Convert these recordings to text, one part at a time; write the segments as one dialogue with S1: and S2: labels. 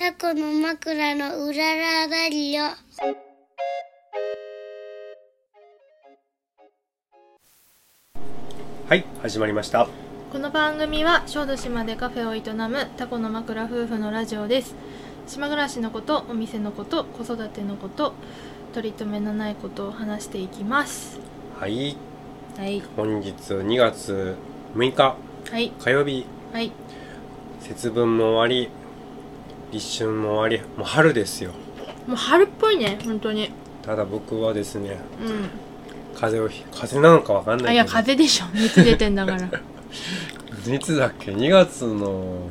S1: 過去の枕のうららだりよ。
S2: はい始まりました
S3: この番組は小豆島でカフェを営むタコの枕夫婦のラジオです島暮らしのことお店のこと子育てのこと取り留めのないことを話していきます
S2: はい
S3: はい
S2: 本日2月6日
S3: はい
S2: 火曜日
S3: はい
S2: 節分も終わり立春も終わりもう春ですよ
S3: もう春っぽいね本当に
S2: ただ僕はですね
S3: う
S2: 風邪をひ風邪なのかわかん
S3: ん
S2: な
S3: あ
S2: い
S3: い
S2: け
S3: や
S2: ど
S3: 風でしょ熱出てんだから
S2: いつだっけ2月の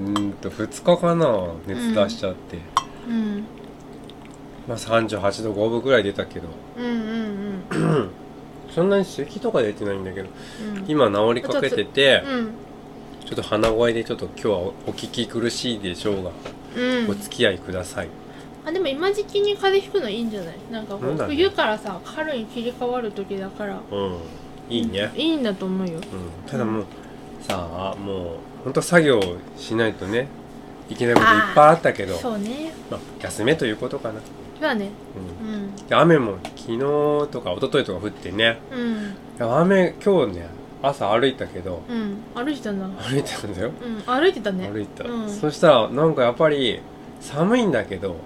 S2: うーんと2日かな熱出しちゃって、
S3: うん
S2: まあ38度5分ぐらい出たけど
S3: うんうん
S2: そんなに咳とか出てないんだけど
S3: うん
S2: 今治りかけてて、
S3: うん
S2: ちょっと鼻声でちょっと今日はお聞き苦しいでしょうが、
S3: うん
S2: お付き合いください
S3: あでも今時期に風邪ひくのいいんじゃないなんかこ
S2: そう
S3: う
S2: だね
S3: 冬からさ春に切り替わる時だから
S2: うんいいね、
S3: いいんだと思うよ
S2: うん、ただもう、さあもうほんと作業しないとねいけないこといっぱいあったけど、
S3: そうね
S2: まあ、休めということかな、
S3: そうだね
S2: う
S3: うん
S2: ん、で雨も昨日とか一昨日とか降ってね
S3: うん
S2: いや雨今日ね朝歩いたけど
S3: うん歩いてたな
S2: 歩いたんだよ、
S3: うん歩いてたね
S2: 歩いた、
S3: うん
S2: そしたらなんかやっぱり寒いんだけど
S3: うん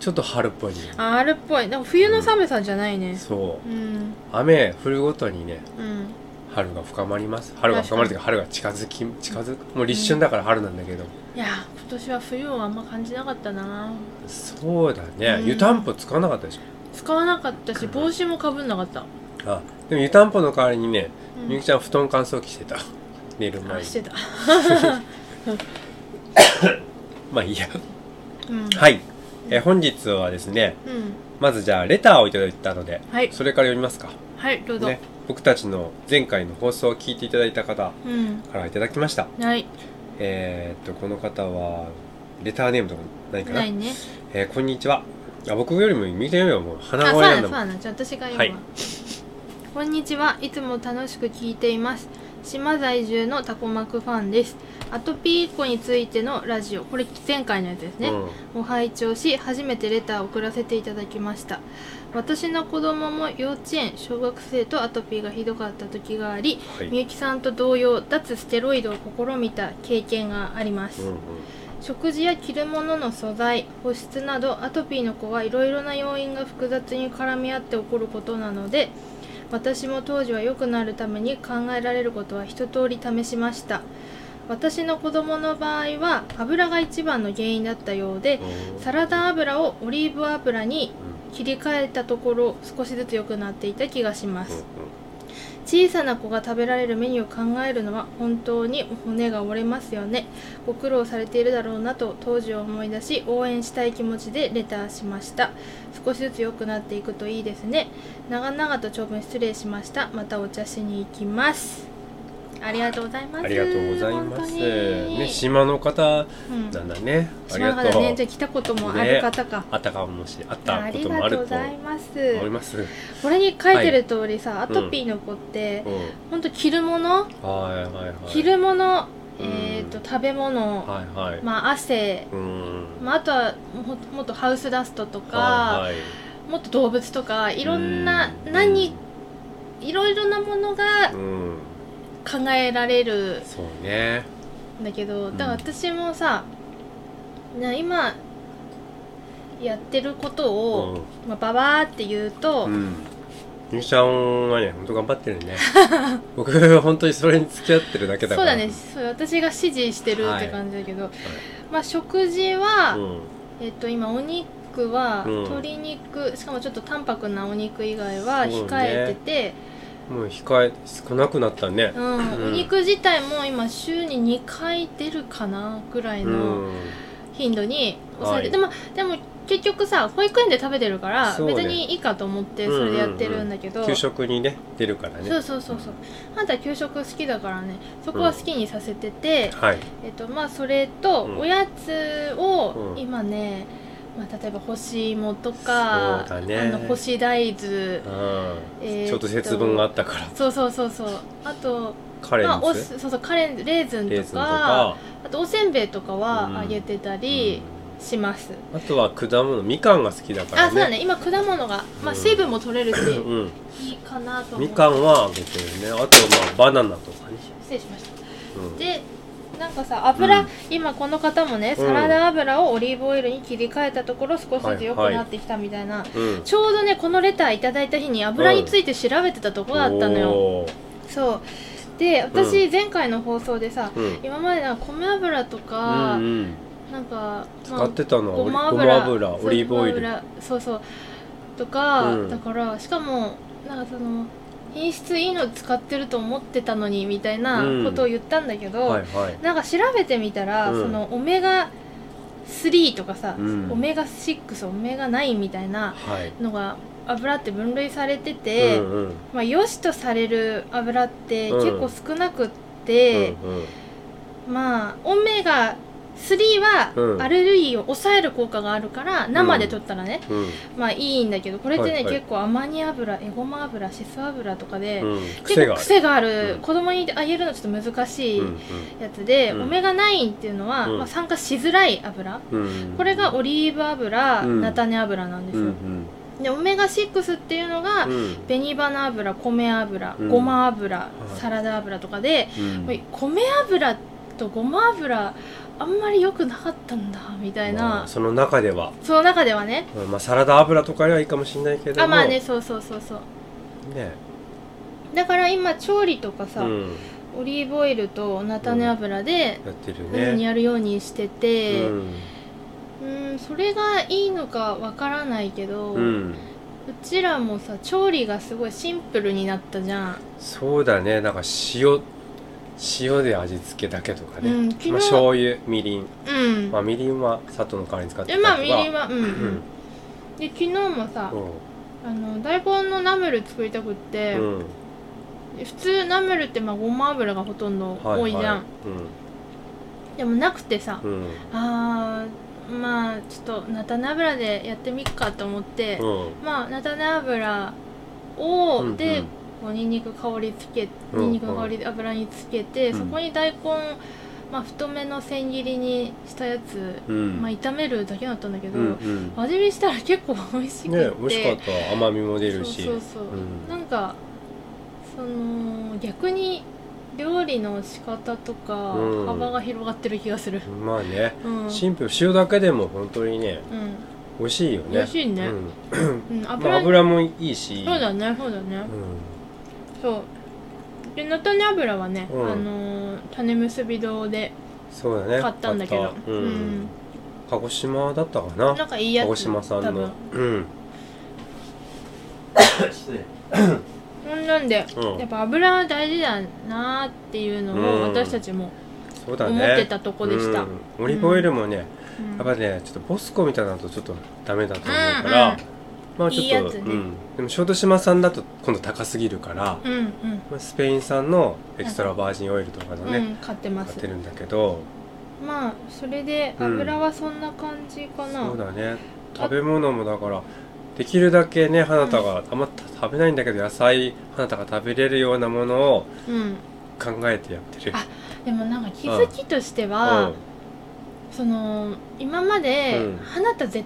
S2: ちょっと春っぽいね
S3: あ春っぽいなんか冬の寒さじゃないね
S2: そう
S3: うん
S2: 雨降るごとにね
S3: うん
S2: 春が深まります春が深まるというか春が近づき近づくもう立春だから春なんだけど、
S3: いやー今年は冬をあんま感じなかったな
S2: そうだね、
S3: うん
S2: 湯たんぽ使わなかったでしょ
S3: 使わなかったし帽子もかぶんなかった
S2: あでも湯たんぽの代わりにね、
S3: うん
S2: みゆきちゃん布団乾燥機してた寝る前
S3: あ
S2: に
S3: してた
S2: まあいいや
S3: うん
S2: はいえ本日はですね
S3: うん
S2: まずじゃあレターをいただいたので、
S3: はい
S2: それから読みますか
S3: はいどうぞ
S2: ね僕たちの前回の放送を聞いていただいた方
S3: うん
S2: からいただきました
S3: ない
S2: えー、っとこの方はレターネームとかないかな
S3: ないね
S2: えーこんにちはあ僕よりも見てみようもう鼻
S3: あ、そう
S2: 声なんだも
S3: だな、そうんだな、じゃあ私が読むわ。こんにちは、いつも楽しく聞いています。島在住のタコマクファンです。アトピー以降についてのラジオ、これ前回のやつですね。を拝聴し初めてレターを送らせていただきました私の子供も幼稚園小学生とアトピーがひどかった時があり、
S2: はい
S3: みゆきさんと同様脱ステロイドを試みた経験があります、
S2: うんうん
S3: 食事や着るものの素材保湿などアトピーの子はいろいろな要因が複雑に絡み合って起こることなので私も当時は良くなるために考えられることは一通り試しました私の子供の場合は油が一番の原因だったようで
S2: うん
S3: サラダ油をオリーブ油に
S2: うん
S3: 切り替えたところ少しずつ良くなっていた気がしま
S2: うん
S3: す小さな子が食べられるメニューを考えるのは本当に骨が折れますよねご苦労されているだろうなと当時を思い出し応援したい気持ちでレターしました少しずつ良くなっていくといいですね長々と長文失礼しましたまたお茶しに行きますありがとうございます
S2: ありがとうございま
S3: 本
S2: す。
S3: 当に
S2: ね、島の方
S3: うん
S2: なんだね。あり
S3: 島
S2: が
S3: 原
S2: とう。
S3: ねじゃあ来たこともある方か、
S2: あったかもしれあった
S3: あ
S2: こ
S3: り
S2: ともあ
S3: がと
S2: る
S3: うご
S2: と
S3: ざいます
S2: 思います。うん。
S3: これに書いてる通りさ、アトピーの子って、ほんと着るもの、
S2: はいはいはい。
S3: 着るもの、
S2: うん
S3: えっ、と食べ物、
S2: はいはい。
S3: まあ汗、
S2: うん。
S3: まあ、あとはももっとハウスダストとか、
S2: はいはい。
S3: もっと動物とかいろんな
S2: う
S3: 何いろいろなものが
S2: うん。
S3: 考えられる
S2: そうね。
S3: んだけど
S2: ん
S3: だから私もさ、な今やってることを、まあ、ババーって言うと、
S2: うん。うん。ゆきちゃんはね、本当頑張ってる ね。僕本当にそれに付き合ってるだけだ
S3: そ
S2: か
S3: う
S2: ら。
S3: だね。そう私が指示してるって感じだけど、まあ食事
S2: う
S3: は、
S2: ん。
S3: えっと今お肉は、
S2: うん
S3: 鶏肉しかもちょっと淡白なお肉以外は
S2: そうね
S3: 控えてて
S2: もう控え少なくなったね
S3: う、。ん
S2: うん
S3: お肉自体も今週に2回出るかなぐらいうの
S2: ん。
S3: 頻度に抑えて、
S2: はい
S3: でもでも結局さ保育園で食べてるから、
S2: そうね
S3: 別にいいかと思ってそれでやってるんだけど、
S2: 給食にね出るから
S3: そう
S2: ね。
S3: そうそうそうあんた給食好きだからねそこは好きにさせてて、
S2: はい。
S3: えっとまあ、それと
S2: うん
S3: おやつを
S2: うん
S3: 今ね、まあ、例えば干し芋とか
S2: そうだね
S3: あの干し大豆
S2: うん
S3: えーっと
S2: ちょっと節分があったから
S3: そうそうそうそうあと
S2: カレ
S3: まあ、
S2: ー
S3: お
S2: です
S3: すそうそうカレンレーズン
S2: レー
S3: と
S2: ズンと
S3: か
S2: か
S3: あとおせんべいとか
S2: うん
S3: はあげてたり、
S2: うん
S3: します
S2: あとは果物みかんが好きだからね
S3: あそうだね今果物が、まあ、水分も取れるし、
S2: うん
S3: いいかなと思う
S2: みかんはあげてるねあとまあバナナとかね、
S3: 失礼しました
S2: うん、
S3: でなんかさ油、
S2: うん
S3: 今この方もね
S2: うん
S3: サラダ油をオリーブオイルに切り替えたところ少しずつ良く
S2: はいはい
S3: なってきたみたいな、
S2: うん
S3: ちょうどねこのレターいただいた日に油について調べてたとこだったのよ、
S2: おー
S3: そうで私前回の放送でさ、
S2: うん
S3: 今までなんか米油とか、
S2: うんうん、
S3: なんか
S2: 使ってたのは
S3: ご
S2: オリ
S3: ま
S2: ごま
S3: 油
S2: 油
S3: そう
S2: オリーブオイ
S3: ご
S2: ル
S3: ま油そうそうとか、
S2: うん
S3: だからしかもなんかその品質いいの使ってると思ってたのにみたいな
S2: うん
S3: ことを言ったんだけど、
S2: はいはい
S3: なんか調べてみたら、
S2: うん
S3: そのオメガ3とかさ、
S2: うん
S3: オメガ6オメガ9みたいな
S2: はい
S3: のが油って分類されてて、
S2: うんうん
S3: まあ良しとされる油って結構少なくっ
S2: う
S3: て、
S2: んうん
S3: まあオメガ3
S2: う
S3: は
S2: ん
S3: アレルギーを抑える効果があるから生で取ったらね、
S2: うん
S3: まあいいんだけどこれってね、
S2: はいはい
S3: 結構アマニ油エゴマ油シソ油とかで、
S2: うん癖が
S3: 結構
S2: ある
S3: 癖がある、
S2: うん
S3: 子供にあげるのちょっと難しい
S2: うん
S3: やつで、
S2: うん
S3: オメガ9っていうのは、
S2: うん
S3: まあ、酸化しづらい油
S2: うんうん
S3: これがオリーブ油、
S2: うん
S3: 菜種油なんです
S2: うんう
S3: よ、
S2: ん
S3: でオメガ6っていうのが、
S2: うん
S3: 紅花油米油
S2: うん
S3: ごま油、
S2: い
S3: サラダ油とかで、
S2: うん
S3: もう米油とごま油あんまり良くなかったんだみたいな、
S2: まあその中では、
S3: その中ではね
S2: うんまあ、サラダ油とかよりはいいかもしれないけども
S3: あまあねそうそうそうそう
S2: ね
S3: だから今調理とかさ、
S2: うん、
S3: オリーブオイルと菜種油で、
S2: やってるよ
S3: うん
S2: ね
S3: やるようにしてて、
S2: うん
S3: うんそれがいいのかわからないけど、
S2: う
S3: うんちらもさ調理がすごいシンプルになったじゃん、
S2: そうだねなんか塩塩で味付けだけとかね、
S3: うん昨日
S2: まあ、醤油みりん、
S3: うん
S2: まあ、みりんは砂糖の代わりに使って
S3: で
S2: たりと
S3: まあ
S2: か
S3: みりんはうん、う
S2: うんん、
S3: で昨日もさあの大根のナムル作りたくって、
S2: うんうん
S3: 普通ナムルってまあごま油がほとんど多いじゃん、
S2: は
S3: でもなくてさ、
S2: いうんうん
S3: あーまあちょっと菜種油でやってみっかと思って、
S2: うん
S3: まあ菜種油を、
S2: うん
S3: で
S2: うん
S3: こうにんにく香りつけ
S2: うん
S3: にんにく香り油につけて、
S2: うん
S3: そこに大根、まあ、太めの千切りにしたやつ、
S2: うん
S3: まあ、炒めるだけだったんだけど、
S2: うんうん
S3: 味見したら結構美味しくて、
S2: ね美味しかった甘みも出るし
S3: そうそうそう、
S2: うん
S3: なんかその逆に料理の仕方とか
S2: うん
S3: 幅が広がってる気がする、
S2: まあね
S3: うん
S2: シンプル塩だけでも本当にね
S3: うん
S2: 美味しいよね
S3: 美味しいね
S2: うん
S3: うん、油,、
S2: まあ、油もいいし
S3: そうだねそうだね、
S2: う
S3: そうで菜種油はね、
S2: うん
S3: あのー種結び堂で
S2: んそうだね
S3: 買ったんだけど
S2: 買ったうん
S3: うん
S2: 鹿児島だったかな
S3: なんかいいや
S2: 鹿児
S3: つ
S2: 島さん
S3: 多分
S2: のうん
S3: そんなんで、
S2: うん
S3: やっぱ油は大事だなっていうのを
S2: うん
S3: 私たちも、
S2: そうだね
S3: 思ってたとこでした
S2: うんオリーブオイルもね
S3: うん
S2: やっぱねちょっとボスコみたいなのだとちょっとダメだと思うから、
S3: うんうん
S2: まあちょっと
S3: いいやつね
S2: うん、でも小豆島産だと今度高すぎるから、
S3: うんうん
S2: まあスペイン産のエクストラバージンオイルとかのね、
S3: うん、買ってま
S2: 買っ
S3: す
S2: てるんだけど
S3: まあそれで
S2: うん
S3: 油はそんな感じかな、
S2: そうだね食べ物もだからできるだけね花田が、あんま食べないんだけど野菜花田が食べれるようなものを
S3: うん
S2: 考えてやってる
S3: あでもなんか気づきとしては、その今まで、
S2: うん
S3: 花田ぜ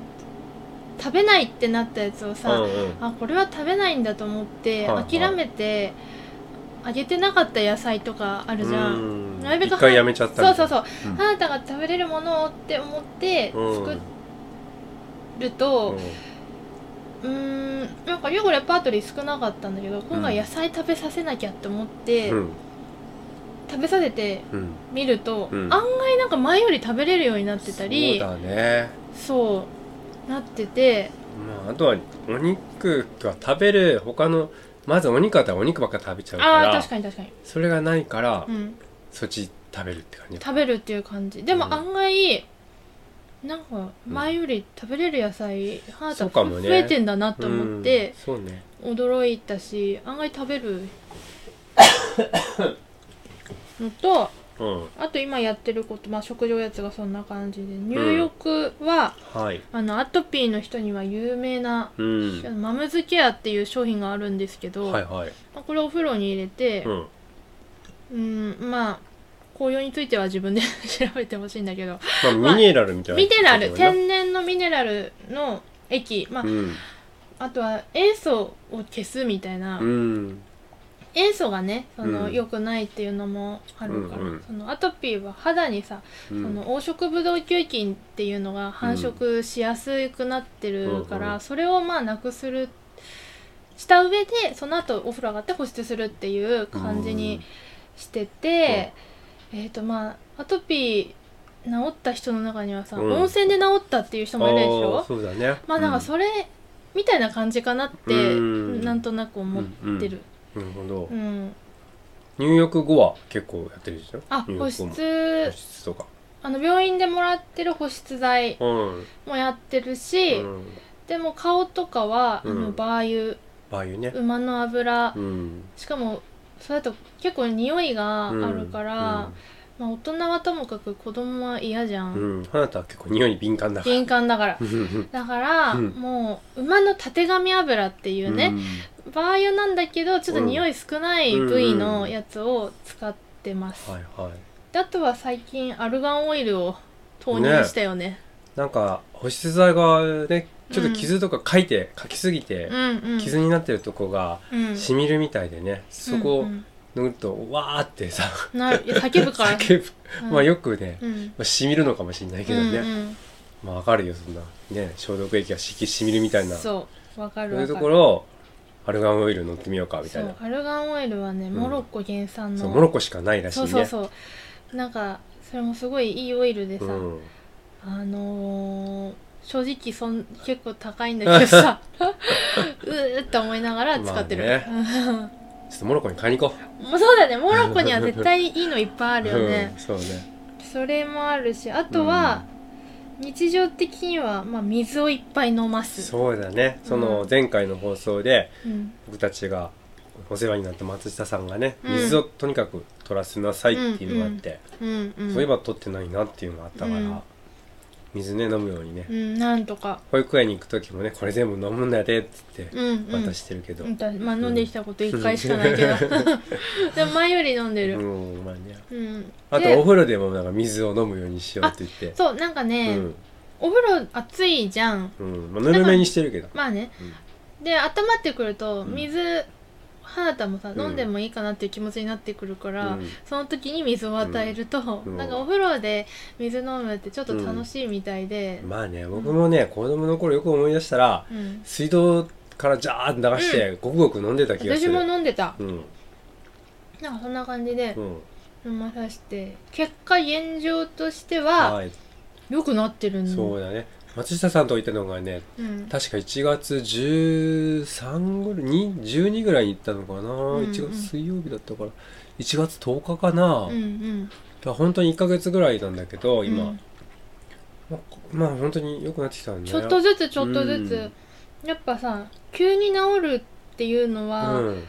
S3: 食べないってなったやつを
S2: うん
S3: さ、
S2: うんうん
S3: あこれは食べないんだと思って、
S2: はいはい
S3: 諦めてあげてなかった野菜とかあるじゃん、
S2: うん
S3: なるべく
S2: 一回やめちゃった
S3: そうそう
S2: う
S3: そう、
S2: ん
S3: 花田が食べれるものをって思って作るとうんんなんか結構レパートリー少なかったんだけど今
S2: う
S3: 回
S2: ん
S3: 野菜食べさせなきゃって思って、
S2: うん
S3: 食べさせて
S2: うん
S3: みると、
S2: うん
S3: 案外なんか前より食べれるようになってたり
S2: そうだね
S3: そうなってて
S2: まあ、あとはお肉が食べる他のまずお肉だったらお肉ばっか食べちゃうか
S3: ああー
S2: ら
S3: 確かに確かに、
S2: それがないから、
S3: うん、
S2: そっち食べるって感じ
S3: 食べるっていう感じでも
S2: うん
S3: 案外、なんか前より食べれる野菜、はあ
S2: そうかもね
S3: 増えてんだなと思って
S2: うん、そうね
S3: 驚いたし案外食べる のと
S2: うん
S3: あと今やってること、まあ、食事おやつがそんな感じで入浴は、
S2: はい
S3: あのアトピーの人には有名な、
S2: うん
S3: マムズケアっていう商品があるんですけど、
S2: はいはい
S3: まあこれお風呂に入れて、
S2: うん
S3: うんまあ紅葉については自分で 調べてほしいんだけど
S2: まあ、ミネラルみたいな
S3: ミネラル
S2: ことだよね
S3: 天然のミネラルの液、まああとは塩素を消すみたいな、
S2: うん、うん、
S3: 塩素がねその、
S2: うん
S3: 良くないっていうのもあるから、
S2: うんうん
S3: そのアトピーは肌にさ、
S2: うん
S3: その黄色ブドウ球菌っていうのが繁殖しやすくなってるから、
S2: うんうん
S3: それをまあなくするした上でその後お風呂上がって保湿するっていう感じにしてて、えっ、とまあアトピー治った人の中にはさ、
S2: うん
S3: 温泉で治ったっていう人もいるでしょ
S2: あーそうだね
S3: まあなんかそれみたいな感じかなって、
S2: うん
S3: なんとなく思ってる、
S2: うん、なるほど
S3: うん
S2: 入浴後は結構やってるでしょ
S3: あ
S2: 入
S3: 保
S2: 浴後も保
S3: 湿
S2: 湿とか
S3: あの病院でもらってる保湿剤
S2: うん、
S3: もやってるし、
S2: うん、
S3: でも顔とかは、
S2: うん
S3: あのバー
S2: ああいうね
S3: 油馬の油、
S2: うん
S3: しかもそれだと結構匂いがあるから、まあ、大人はともかく子供は嫌じゃん、
S2: うん、うん、あなたは結構匂いに敏感だから
S3: 敏感だから
S2: うん
S3: だから、
S2: うん
S3: もう馬のたてがみ油っていうね、バー油なんだけどちょっと匂い少ない部位のやつを使ってます、
S2: はいはい
S3: であとは最近アルガンオイルを投入したよね
S2: なんか保湿剤がねちょっと傷とか書いて、書きすぎて
S3: う、んうん
S2: 傷になってるとこが
S3: うん
S2: しみるみたいでね、そこ
S3: う
S2: を
S3: ん
S2: 塗るとわーってさ、
S3: うんなるいや叫ぶから
S2: 叫ぶ
S3: うん
S2: まあよくね、
S3: うん
S2: まあ、しみるのかもしれないけどね、
S3: うん
S2: まあわかるよそんなね消毒液がしきしみるみたい
S3: うん
S2: なそう
S3: そうわかるわかる
S2: いうところをアルガンオイル塗ってみようかみた
S3: そ
S2: いな
S3: うアルガンオイルはね
S2: ん
S3: モロッコ原産の、
S2: そうモロッコしかないらしい
S3: そ
S2: ね
S3: うそうそうなんかそれもすごいいいオイルでさ、
S2: うん、
S3: あのー正直そん結構高いんだけ どさうーって思いながら使ってる、
S2: ちょっとモロッコに買いに行こ
S3: もうそうだねモロッコには絶対いいのいっぱいあ
S2: う
S3: るよね
S2: うん、そうね
S3: それもあるしあとは、日常的には、まあ、水をいっぱい飲ます
S2: そうだねその
S3: うん
S2: 前回の放送で
S3: うん
S2: 僕たちがお世話になった松下さんがね、
S3: うん
S2: 水をとにかく取らせなさいっていうのがあって、
S3: うんうん
S2: そういえば取ってないなっていうのがあったから、
S3: うん
S2: 水ね飲むようにね、
S3: うんなんとか
S2: 保育園に行く時もねこれ全部飲むんだでって言って
S3: うんうん
S2: 渡してるけど、
S3: うんたまあ飲んできたこと一回しかないけど でも前より飲んでる
S2: うんまあね
S3: うん
S2: あと
S3: で
S2: お風呂でもなんか水を飲むようにしようって言って
S3: そうなんかね、お風呂熱いじゃん
S2: うん、うんまあ、ぬるめにしてるけど
S3: まあね、で温まってくると
S2: うん
S3: 水、花田もさ
S2: うん
S3: 飲んでもいいかなっていう気持ちになってくるから、
S2: うん
S3: その時に水を与えると、
S2: うん
S3: なんかお風呂で水飲むってちょっと楽しいみたいで、
S2: まあね僕もね子供の頃よく思い出したら
S3: うん
S2: 水道からジャーって流してごくごく飲んでた気がす
S3: 私
S2: る
S3: も飲んでた
S2: うん
S3: なんかそんな感じで
S2: うん
S3: 飲まさせて結果現状としては
S2: はい
S3: 良くなってるん
S2: そう
S3: う、
S2: だね松下さんと行ったのがね
S3: ん、
S2: 確か1月13ぐらいに12ぐらいに行ったのかな、
S3: んうん
S2: 1月水曜日だったから1月10日かな、
S3: うんうん
S2: だから本当に1ヶ月ぐらいなんだけど今、
S3: うん
S2: ままあ本当に良くなってきたんだ
S3: ちょっとずつちょっとずつ、やっぱさ急に治るっていうのは、
S2: うん、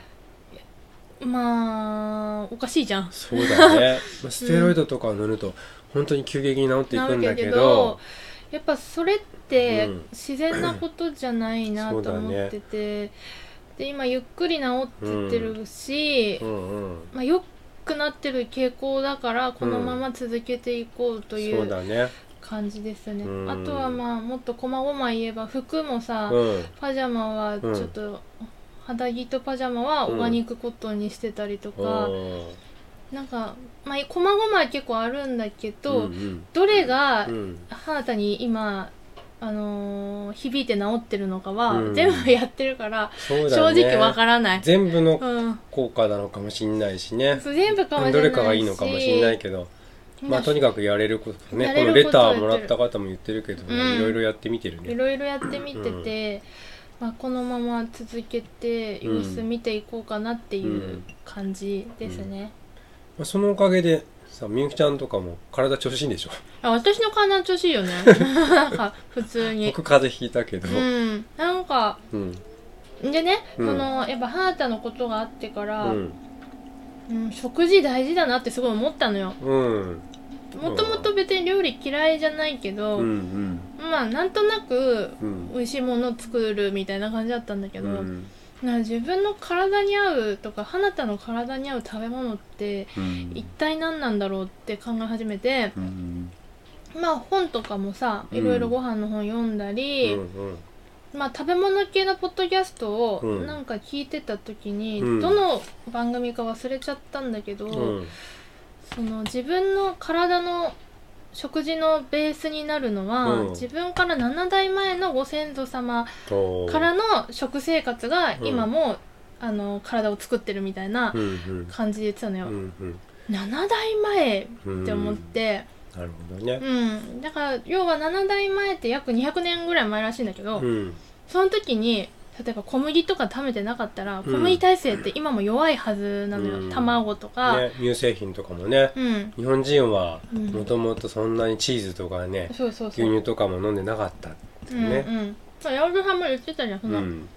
S3: まあおかしいじゃん
S2: そうだ ねまあステロイドとかを塗ると本当に急激に治っていくんだけど
S3: やっぱそれって
S2: うん
S3: 自然なことじゃないな
S2: そう
S3: と
S2: だね
S3: 思ってて、で今ゆっくり治ってってるし、
S2: うんうん
S3: まあ、良くなってる傾向だからこのまま続けていこうとい
S2: そう
S3: う
S2: だね
S3: 感じですね、
S2: うん
S3: あとはまあもっと細々言えば服もさ、
S2: うん
S3: パジャマはちょっと、肌着とパジャマはオーガニックコットンにしてたりとか、
S2: うん
S3: なんかまあ細々は結構あるんだけど、
S2: うん
S3: どれが
S2: うん
S3: 花田に今、あのー響いて治ってるのかは、
S2: うん
S3: 全部やってるから、
S2: そう
S3: 正
S2: だね
S3: 直わからない、
S2: 全部の
S3: うん、
S2: 効果なのかもしれないしね
S3: そう全部かもしれな
S2: ど
S3: いし
S2: れかがいいのかもしれないけど
S3: みん
S2: ま
S3: な
S2: あとにかくやれることね
S3: や
S2: こ
S3: れ
S2: の
S3: る
S2: レ
S3: こと
S2: タ
S3: は
S2: ーもらった方も言ってるけどね、
S3: うん
S2: いろいろやってみてる
S3: い
S2: ね
S3: ろいろやってみてて、まあ、このまま続けて様子見ていこうかなっていう感じですね、
S2: まあそのおかげでさみゆきちゃんとかも体調子いいんでしょ
S3: あ私の体調子いい よねなんか普通に
S2: 僕風邪ひいたけど
S3: うんなんか
S2: うん
S3: でね、
S2: うん
S3: そのやっぱはなたのことがあってから、
S2: うん
S3: うん食事大事だなってすごい思ったのよ
S2: うん
S3: もともと別に料理嫌いじゃないけど、
S2: うん
S3: まあなんとなく
S2: うん
S3: 美味しいものを作るみたいな感じだったんだけ
S2: う
S3: ど、
S2: ん
S3: な自分の体に合うとか花田の体に合う食べ物って
S2: うん
S3: 一体何なんだろうって考え始めて、
S2: うん
S3: まあ本とかもさ
S2: うん
S3: いろいろご飯の本読んだ
S2: うん
S3: り、
S2: うん
S3: まあ食べ物系のポッドキャスト
S2: う
S3: を
S2: ん
S3: なんか聞いてた時に、
S2: うん
S3: どの番組か忘れちゃったんだけど、
S2: うん
S3: その自分の体の食事のベースになるのは、
S2: うん
S3: 自分から7代前のご先祖様
S2: おー
S3: からの食生活が
S2: うん
S3: 今も、あの体を作ってるみたいな
S2: うんうん
S3: 感じで言ってたのよ、
S2: うんうん
S3: 7代前
S2: うん
S3: って思って
S2: なるほどね
S3: うん、だから要は7代前って約200年ぐらい前らしいんだけど、
S2: うん
S3: その時に例えば小麦とか食べてなかったら
S2: ん
S3: 小麦体制って今も弱いはずなのよ、
S2: うん
S3: 卵とか、
S2: ね乳製品とかもね
S3: うん
S2: 日本人は
S3: うん
S2: もともとそんなにチーズとかね
S3: そうそうそ
S2: 牛
S3: う
S2: 乳とかも飲んでなかったって
S3: うん
S2: ね
S3: うんそう八百さんも言ってたじゃんそうの、
S2: ん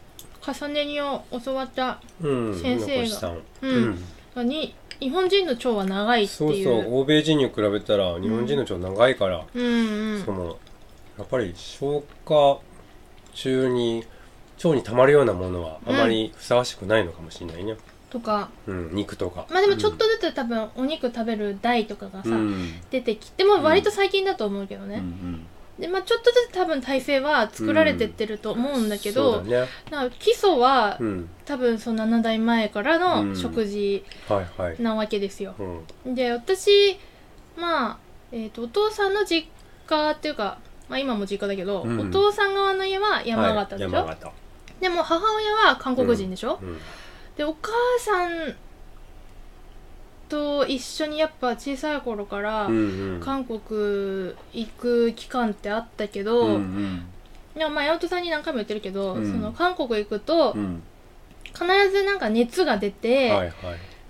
S3: 重ね煮を教わった
S2: うん
S3: 先生が
S2: 船越さん
S3: うんのに日本人の腸は長いって
S2: そう
S3: いう
S2: そう欧米人に比べたら日本人の腸長いから
S3: うんうん
S2: そのやっぱり消化中に腸にたまるようなものはあまりふさわしくないのかもしれないね
S3: とか
S2: うん肉とか
S3: まあでもちょっとずつ多分お肉食べる台とかが
S2: う
S3: さ、
S2: ん
S3: 出てきても割と最近だと思うけど
S2: うんう
S3: ね、
S2: ん
S3: でまあちょっとずつ多分体制は作られてってると思うんだけど、
S2: そうだね
S3: なんか基礎は
S2: うん
S3: 多分その7代前から
S2: う
S3: の
S2: ん
S3: 食事
S2: はいはい
S3: なわけですよ、
S2: うん
S3: で私まあ、えー、とお父さんの実家っていうか、まあ、今も実家だけど、
S2: うん
S3: お父さん側の家は山形でし
S2: は
S3: ょ、
S2: い山形
S3: でも母親は韓国人でしょ、
S2: うん
S3: でお母さんと一緒にやっぱ小さい頃から
S2: うんうん
S3: 韓国行く期間ってあったけど、
S2: うんうん
S3: いやまあ八百さんに何回も言ってるけど、
S2: うん
S3: その韓国行くと
S2: うん
S3: 必ずなんか熱が出て、
S2: はいはい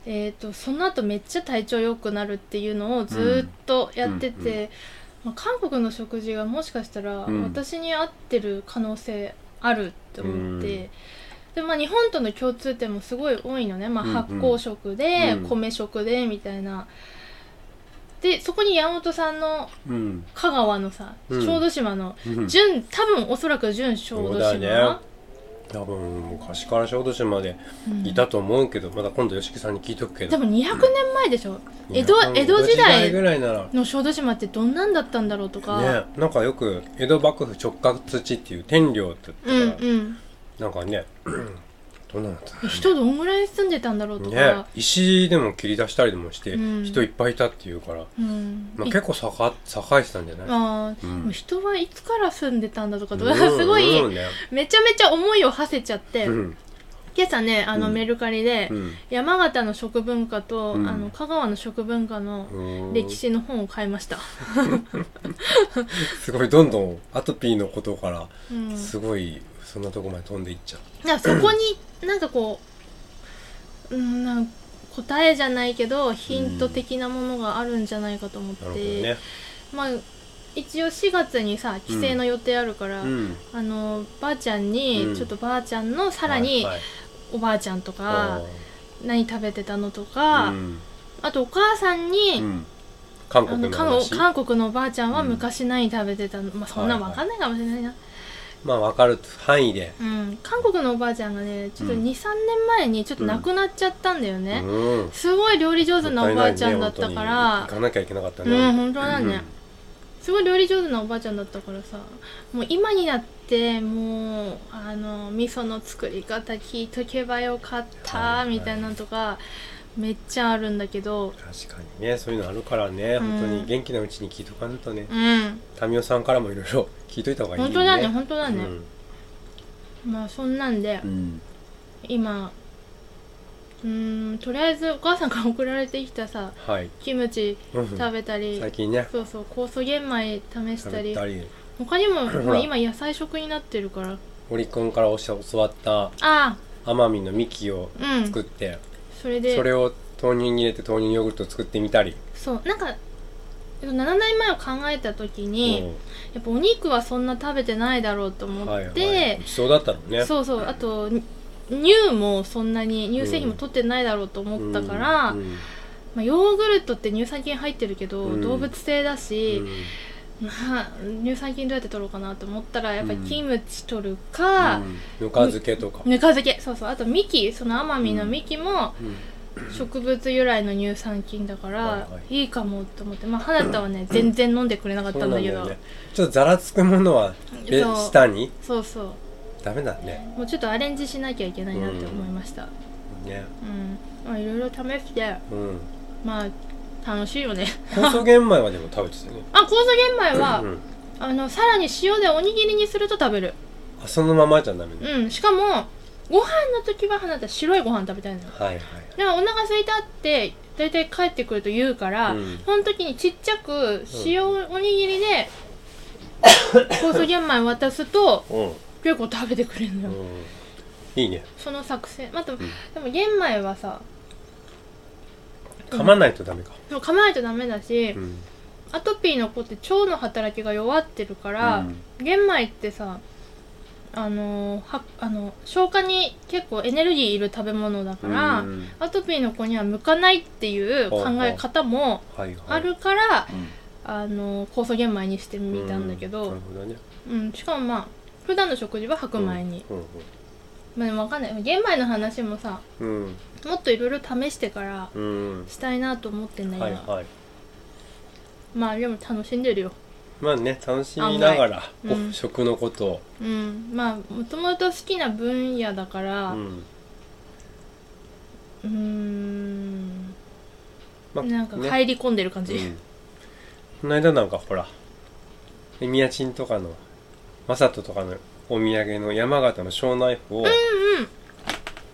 S3: えー、とその後めっちゃ体調良くなるっていうのをずーっとやってて、
S2: うんうん
S3: まあ、韓国の食事がもしかしたら
S2: うん
S3: 私に合ってる可能性あるって思って、
S2: うん
S3: でまあ、日本との共通点もすごい多いのね、まあ、
S2: うんうん
S3: 発酵食で、
S2: うん
S3: 米食でみたいなでそこに山本さんの
S2: うん
S3: 香川のさ
S2: うん
S3: 小豆島の
S2: うん
S3: 純多分おそらく純小豆
S2: そうだ
S3: 島
S2: ね、多分昔から小豆島で
S3: うん
S2: いたと思うけど、まだ今度吉木さんに聞いとくけ
S3: で
S2: ど
S3: も200年前でしょ江戸江戸時
S2: 江戸ぐ
S3: 代
S2: らいなら
S3: の小豆島ってどんなんだったんだろうとか、
S2: ねなんかよく江戸幕府直轄地っていう天領って
S3: うん
S2: 言ったら、
S3: うん
S2: なんかね どんなのだったの
S3: 人どんぐらい住んでたんだろうと
S2: ね
S3: か、
S2: 石でも切り出したりでもして、
S3: うん
S2: 人いっぱいいたっていうから、
S3: うん
S2: まあ、
S3: い
S2: 結構栄栄えてたんじゃない、
S3: あ
S2: う
S3: ー
S2: ん
S3: もう人はいつから住んでたんだとか、
S2: うん
S3: すごい、
S2: うんね
S3: めちゃめちゃ思いを馳せちゃって、
S2: うん
S3: 今朝ねあの
S2: うん
S3: メルカリで、
S2: うん
S3: 山形の食文化と、
S2: うん
S3: あの香川の食文化の
S2: うん
S3: 歴史の本を買いました、
S2: すごいどんどんアトピーのことから
S3: うん、だ
S2: すごいそんなとこまで飛んでいっちゃう
S3: からそこになんかこう、うん、なんか答えじゃないけどヒント的なものがあるんじゃないかと思って、
S2: なるほどね、
S3: まあ一応4月にさ帰省の予定あるから、
S2: うん、
S3: あのばあちゃんに、
S2: うん
S3: ちょっとばあちゃんのさらに
S2: はいはい
S3: おばあちゃんとか、
S2: あ
S3: 何食べてたのと
S2: あ
S3: か、
S2: うん
S3: あとお母さんに、
S2: うん韓
S3: あ
S2: 国の
S3: の韓
S2: 話
S3: 韓国のおばあちゃんは
S2: うん
S3: 昔何食べてたの、まあそんなわかんないかもしれないな、
S2: まあ分かる範囲で、
S3: うん、韓国のおばあちゃんがねちょっと23、
S2: うん
S3: 3年前にちょっと亡くなっちゃったんだよね、
S2: うん
S3: すごい料理上手なおばあちゃんだったか
S2: も
S3: ら
S2: ったいないね本当に行かなきゃいけなかったね
S3: うん本当だねすごい料理上手なおばあちゃんだったからさもう今になってもうあの味噌の作り方聞いとけばよかっ
S2: はい
S3: た
S2: はい
S3: みたいなのとかめっちゃあるんだけど
S2: 確かにねそういうのあるからね、
S3: うん
S2: 本当に元気なうちに聞いとかんとね
S3: うん
S2: 民生さんからもいろいろ聞いといた方がいいね
S3: 本当だね本当だね、
S2: うん
S3: まあそんなんで
S2: うん
S3: 今うーんとりあえずお母さんから送られてきたさ
S2: はい、
S3: キムチ
S2: うん
S3: 食べたり、
S2: 最近ね
S3: そうそう酵素玄米試し
S2: 食
S3: た
S2: べ
S3: り
S2: たり
S3: 他にも
S2: ら
S3: まあ今野菜食になってるから
S2: オリコンから教わった
S3: あ
S2: 奄美のミキを
S3: あうん
S2: 作って、
S3: それで
S2: それを豆乳に入れて豆乳ヨーグルトを作ってみたり、
S3: そうなんか7年前を考えた時に、
S2: うん
S3: やっぱお肉はそんな食べてないだろうと思って、
S2: はいはい、ごちそうだったのね
S3: そうそうあとに乳もそんなに乳製品も取ってないだろうと思ったから、
S2: うん
S3: まあ、ヨーグルトって乳酸菌入ってるけど、
S2: うん
S3: 動物性だ
S2: うん
S3: し、まあ乳酸菌どうやって取ろうかなと思ったらやっぱり
S2: うん
S3: キムチ取るか、
S2: うんぬか漬けとか、
S3: ぬか漬けそうそうあと幹その奄美の幹も
S2: うん
S3: 植物由来の乳酸菌だから、
S2: はい
S3: い、
S2: はい
S3: かもと思ってまあ花田はね、全然飲んでくれなかっ
S2: そう
S3: た
S2: なん
S3: んだ
S2: だ
S3: け
S2: よ
S3: ど
S2: ねちょっとざらつくものはべ
S3: そう
S2: 下に
S3: そうそう
S2: ダメだね
S3: もうちょっとアレンジしなきゃいけないなって思いました
S2: ね
S3: うん、まあいろいろ試して
S2: うん
S3: まあ楽しいよね
S2: 酵素玄米はでも食べてたよね
S3: あ酵素玄米は、
S2: うん
S3: あのさらに塩でおにぎりにすると食べる
S2: あそのままじゃダメね
S3: うんしかもご飯の時は花田白いご飯食べたいのよ
S2: はいはい
S3: だからお腹空いたって大体帰ってくると言うから、
S2: うん
S3: その時にちっちゃく塩おにぎ りで酵素玄米渡すと
S2: うん
S3: 結構食べてくれるのよ、
S2: うんいいね
S3: その作戦まあでも、でも玄米はさ
S2: 噛まないとダメか
S3: でも噛まないとダメだし、
S2: うん
S3: アトピーの子って腸の働きが弱ってるから、
S2: うん
S3: 玄米ってさあのーはあの消化に結構エネルギーいる食べ物だから、
S2: うん
S3: アトピーの子には向かないっていう考え方も
S2: はいはい
S3: あるから、
S2: うん
S3: あの酵素玄米にしてみたんだけ
S2: うな
S3: ど
S2: る、ほどね
S3: うんしかもまあ普段の食事は白米に、
S2: うん
S3: まあでもわかんない玄米の話もさ
S2: うん
S3: もっといろいろ試してから
S2: うん
S3: したいなと思ってん
S2: う
S3: だ
S2: んはい
S3: よ、今
S2: はい
S3: まあでも楽しんでるよ
S2: まあね楽しみながら
S3: 案外うん
S2: お食のことを
S3: うんまあもともと好きな分野だから
S2: う
S3: うんーん
S2: まあ
S3: なんか
S2: ね
S3: 入り込んでる感じ、
S2: うんこの間なんかほらみやちんとかのまさととかのお土産の山形の小ナイフを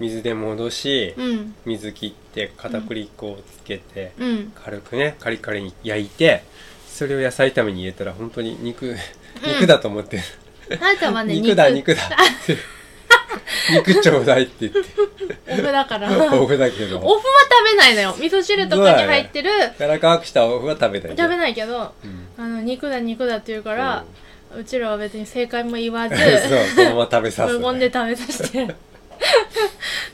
S2: 水で戻し
S3: うん
S2: 水切って片栗粉をつけて
S3: うん
S2: 軽くねカリカリに焼いてそれを野菜炒めに入れたら本当に肉肉だと思って
S3: あなたはね
S2: 肉だ肉だ って肉ちょうだいって言って
S3: オフだ から
S2: 豆
S3: オフ
S2: 腐
S3: は
S2: だけど
S3: 食べないのよ味噌汁とかに入ってる
S2: 柔らかくした豆腐は食べたい
S3: 食べ
S2: い、
S3: ないけど
S2: うん
S3: あの肉だ肉だって言うから、うちらは別に正解も言わ ず
S2: そうそのまま食べさす
S3: 無言で食べさせて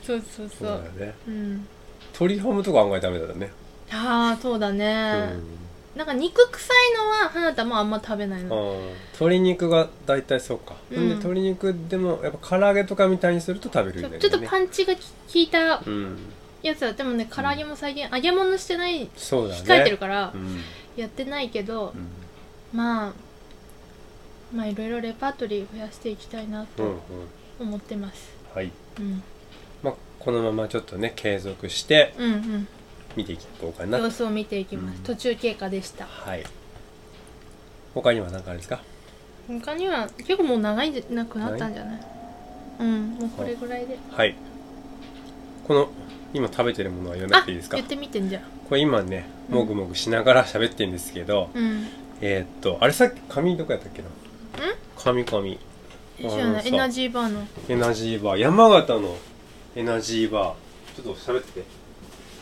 S3: そう そう
S2: そ
S3: そう
S2: だよ
S3: う
S2: ね
S3: うん
S2: 鶏ハムとか案外ダメだね
S3: ああそうだ
S2: う
S3: ね、
S2: ん
S3: なんか肉臭いのは花田もあんま食べない
S2: あ
S3: の
S2: ー鶏肉が大体そうか、
S3: うん
S2: ほんで鶏肉でもやっぱ唐揚げとかみたいにすると食べる
S3: ち
S2: んだ
S3: ょ
S2: よね
S3: ちょっとパンチが効いた
S2: うん
S3: やつだでもね唐揚げも最近揚げ物してない
S2: そうだね
S3: 控えてるから
S2: うん
S3: やってないけど
S2: う、ん
S3: まあまあいろいろレパートリー増やしていきたいな
S2: うんう
S3: と
S2: ん
S3: 思ってます、
S2: はい
S3: うん、
S2: まあこのままちょっとね継続して
S3: うんうん
S2: 見ていこうかな
S3: 様子を見ていきます、
S2: うん
S3: 途中経過でした
S2: はい他には何かあるんですか
S3: 他には結構もう長いんじゃなくなったんじゃないうんもうこれぐらいで
S2: はいこの今食べてるものは言わなくていいですか
S3: 言ってみてんじゃん
S2: これ今ね
S3: うん
S2: もぐもぐしながら喋ってるんですけど、
S3: うん
S2: えー、っとあれさっき紙どこやったっけな紙紙
S3: 知らない
S2: あのさ
S3: エナジーバーの
S2: エナジーバー山形のエナジーバーちょっと喋ってて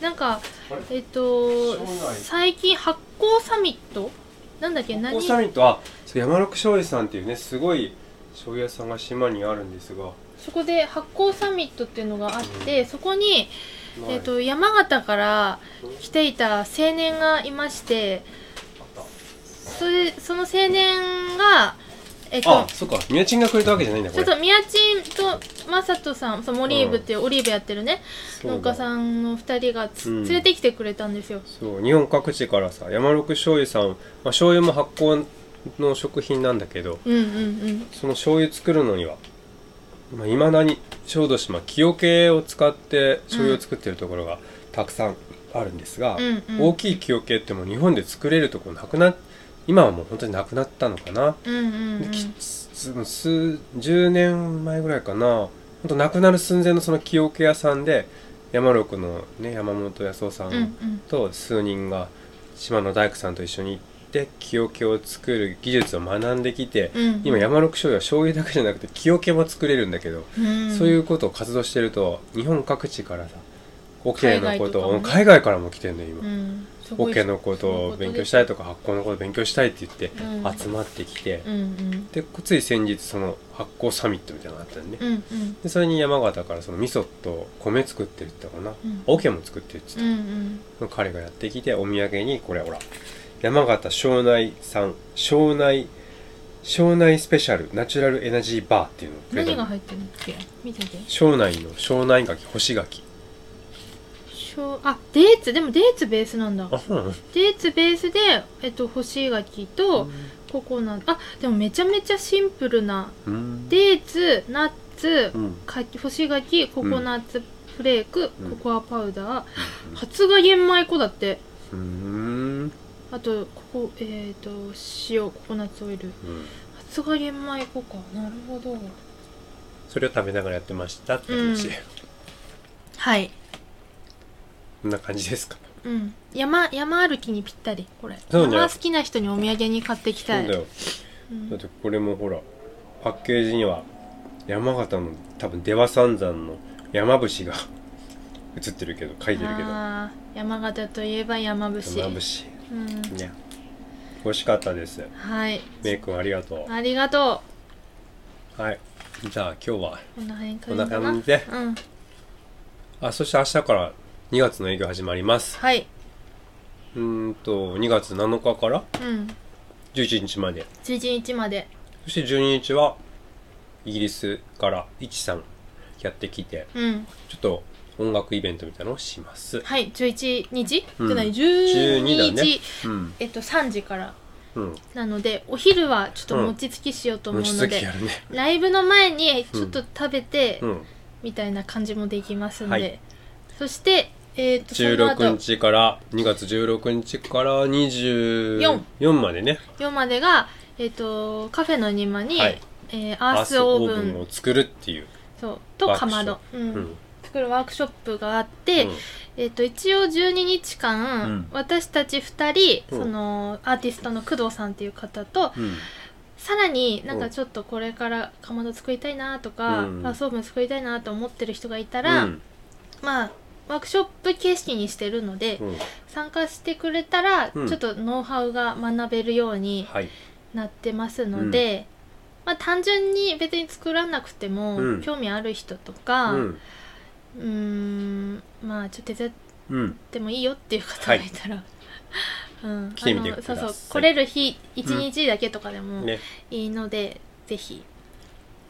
S3: なんか
S2: あれ
S3: えっと
S2: 庄内
S3: 最近発酵サミットなんだっけ何
S2: おサミットあそう山六醤油さんっていうねすごい醤油屋さんが島にあるんですが
S3: そこで発酵サミットっていうのがあって、そこに、えっ
S2: はい
S3: と山形から来ていた青年がいまして
S2: あっ
S3: それその青年がえっと
S2: たあそっか宮賃がくれたわけじゃないんだこ
S3: ちょ
S2: れ
S3: っと宮地と正人さんそうモリーブっていうオリーブやってるね、
S2: そうだ
S3: 農家さんの2人がつ、
S2: うん
S3: 連れてきてくれたんですよ
S2: そう日本各地からさ山六醤油さん、まあ、醤油も発酵の食品なんだけど
S3: うんうんうん
S2: その醤油作るのにはまあ、未だに小豆島清系を使って醤油を作ってるところがたくさんあるんですが、
S3: うんうん
S2: 大きい清系ってもう日本で作れるところなくなっ今はもう本当になくなったのかな、
S3: うんうんう
S2: で
S3: ん
S2: きつ数10年前ぐらいかな本当なくなる寸前のその清系屋さんで山六の、ね、山本康夫さ
S3: うんうんん
S2: と数人が島の大工さんと一緒に行って清系を作る技術を学んできて、
S3: うん
S2: 今山六醤油は醤油だけじゃなくて木桶も作れるんだけど、
S3: うん
S2: そういうことを活動してると日本各地からさオケのことを
S3: 海外とかもね
S2: 海外,、からも来てるの今、
S3: うんす
S2: オ
S3: ごい
S2: ケのことを勉強したいとか発酵のことを勉強したいって言って
S3: うん
S2: 集まってきて、
S3: うんうん
S2: でつい先日その発酵サミットみたいなのがあったんね、
S3: うんうん
S2: でそれに山形からその味噌と米作ってるって言ったかな
S3: うん
S2: オケも作ってるって言ってた
S3: うん
S2: 彼がやってきてお土産にこれほら山形庄内産庄内庄内スペシャルナチュラルエナジーバーっていうのをくれた
S3: 何が
S2: の
S3: 入ってるんだっけ見てて
S2: 庄内の庄内柿干し柿
S3: しょうあデーツでもデーツベースなんだ
S2: あそうなの
S3: デーツベースで、えっと、干し柿とココナットあでもめちゃめちゃシンプルな
S2: うん
S3: デーツナッツ
S2: うん
S3: か干し柿ココナッツフレーク、
S2: うん
S3: ココアパウダー、発芽玄米粉だって
S2: うーん
S3: あとここえっ、と塩ココナッツオイル
S2: うん
S3: 発芽玄米粉かなるほど
S2: それを食べながらやってましたって話、
S3: うんはい
S2: こんな感じですか
S3: うん山山歩きにぴったりこれ
S2: そうね
S3: 山好きな人にお土産に買ってき
S2: そ
S3: た
S2: う
S3: い
S2: だよ
S3: うん
S2: だってこれもほらパッケージには山形の多分出羽三山の山伏が映ってるけど書いてるけど
S3: あー山形といえば山伏
S2: 山伏
S3: うん、
S2: ね美味しかったです
S3: はい
S2: メイ君ありがと
S3: ありがと
S2: うはいじゃあ今日は
S3: うこんな辺か
S2: こん
S3: ら
S2: な
S3: かな
S2: 感じで
S3: うん
S2: あそして明日から2月の営業始まります
S3: はいう
S2: ーんと2月7日から
S3: うん
S2: 11日まで
S3: 11日まで
S2: そして12日はイギリスから1さんやってきて
S3: うん
S2: ちょっと音楽イベントみたいなのをします
S3: はい11日、
S2: うん
S3: じゃない12
S2: 12
S3: 日
S2: だねうん
S3: えっと3時から
S2: うん
S3: なのでお昼はちょっと餅つきしようと思う
S2: 餅
S3: の
S2: つ
S3: で、
S2: きやるね
S3: ライブの前にちょっと食べて、
S2: うん
S3: みたいな感じもできますんで、
S2: はい
S3: そしてえっとその後
S2: 16日から2月16日から24までね
S3: 夜までが、えっとカフェの庭に、
S2: はい
S3: えーアースオーブン
S2: を作るっていう、
S3: そうと
S2: ワー
S3: か
S2: クショ
S3: ま
S2: ッ
S3: ど、うん
S2: うん
S3: 作るワークショップがあって、
S2: うん
S3: えっと一応12日間、
S2: うん
S3: 私たち2人、
S2: うん
S3: そのアーティストの工藤さんっていう方と
S2: うん
S3: さらになんかちょっとこれからかまど作りたいなとか、
S2: うん
S3: アースオーブン作りたいなと思ってる人がいたら、
S2: うん
S3: まあワークショップ形式にしてるので、
S2: うん
S3: 参加してくれたら、
S2: うん
S3: ちょっとノウハウが学べるように
S2: はい
S3: なってますので、まあ単純に別に作らなくても、
S2: うん
S3: 興味ある人とか、
S2: うん
S3: うーんまあちょっと手伝っ
S2: うん
S3: てもいいよっていう方がいたら、 うん、
S2: 来てみてください
S3: あのそうそう来れる日一日だけとかでも
S2: ね
S3: いいので、ぜひ、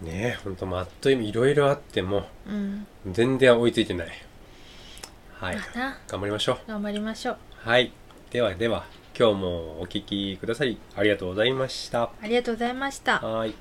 S2: ねえほんともうあっという間いろいろあっても
S3: うん、
S2: 全然追いついてないはい
S3: まあな
S2: 頑張りましょう
S3: 頑張りましょう
S2: はいではでは今日もお聞きくださりありがとうございました
S3: ありがとうございました
S2: はい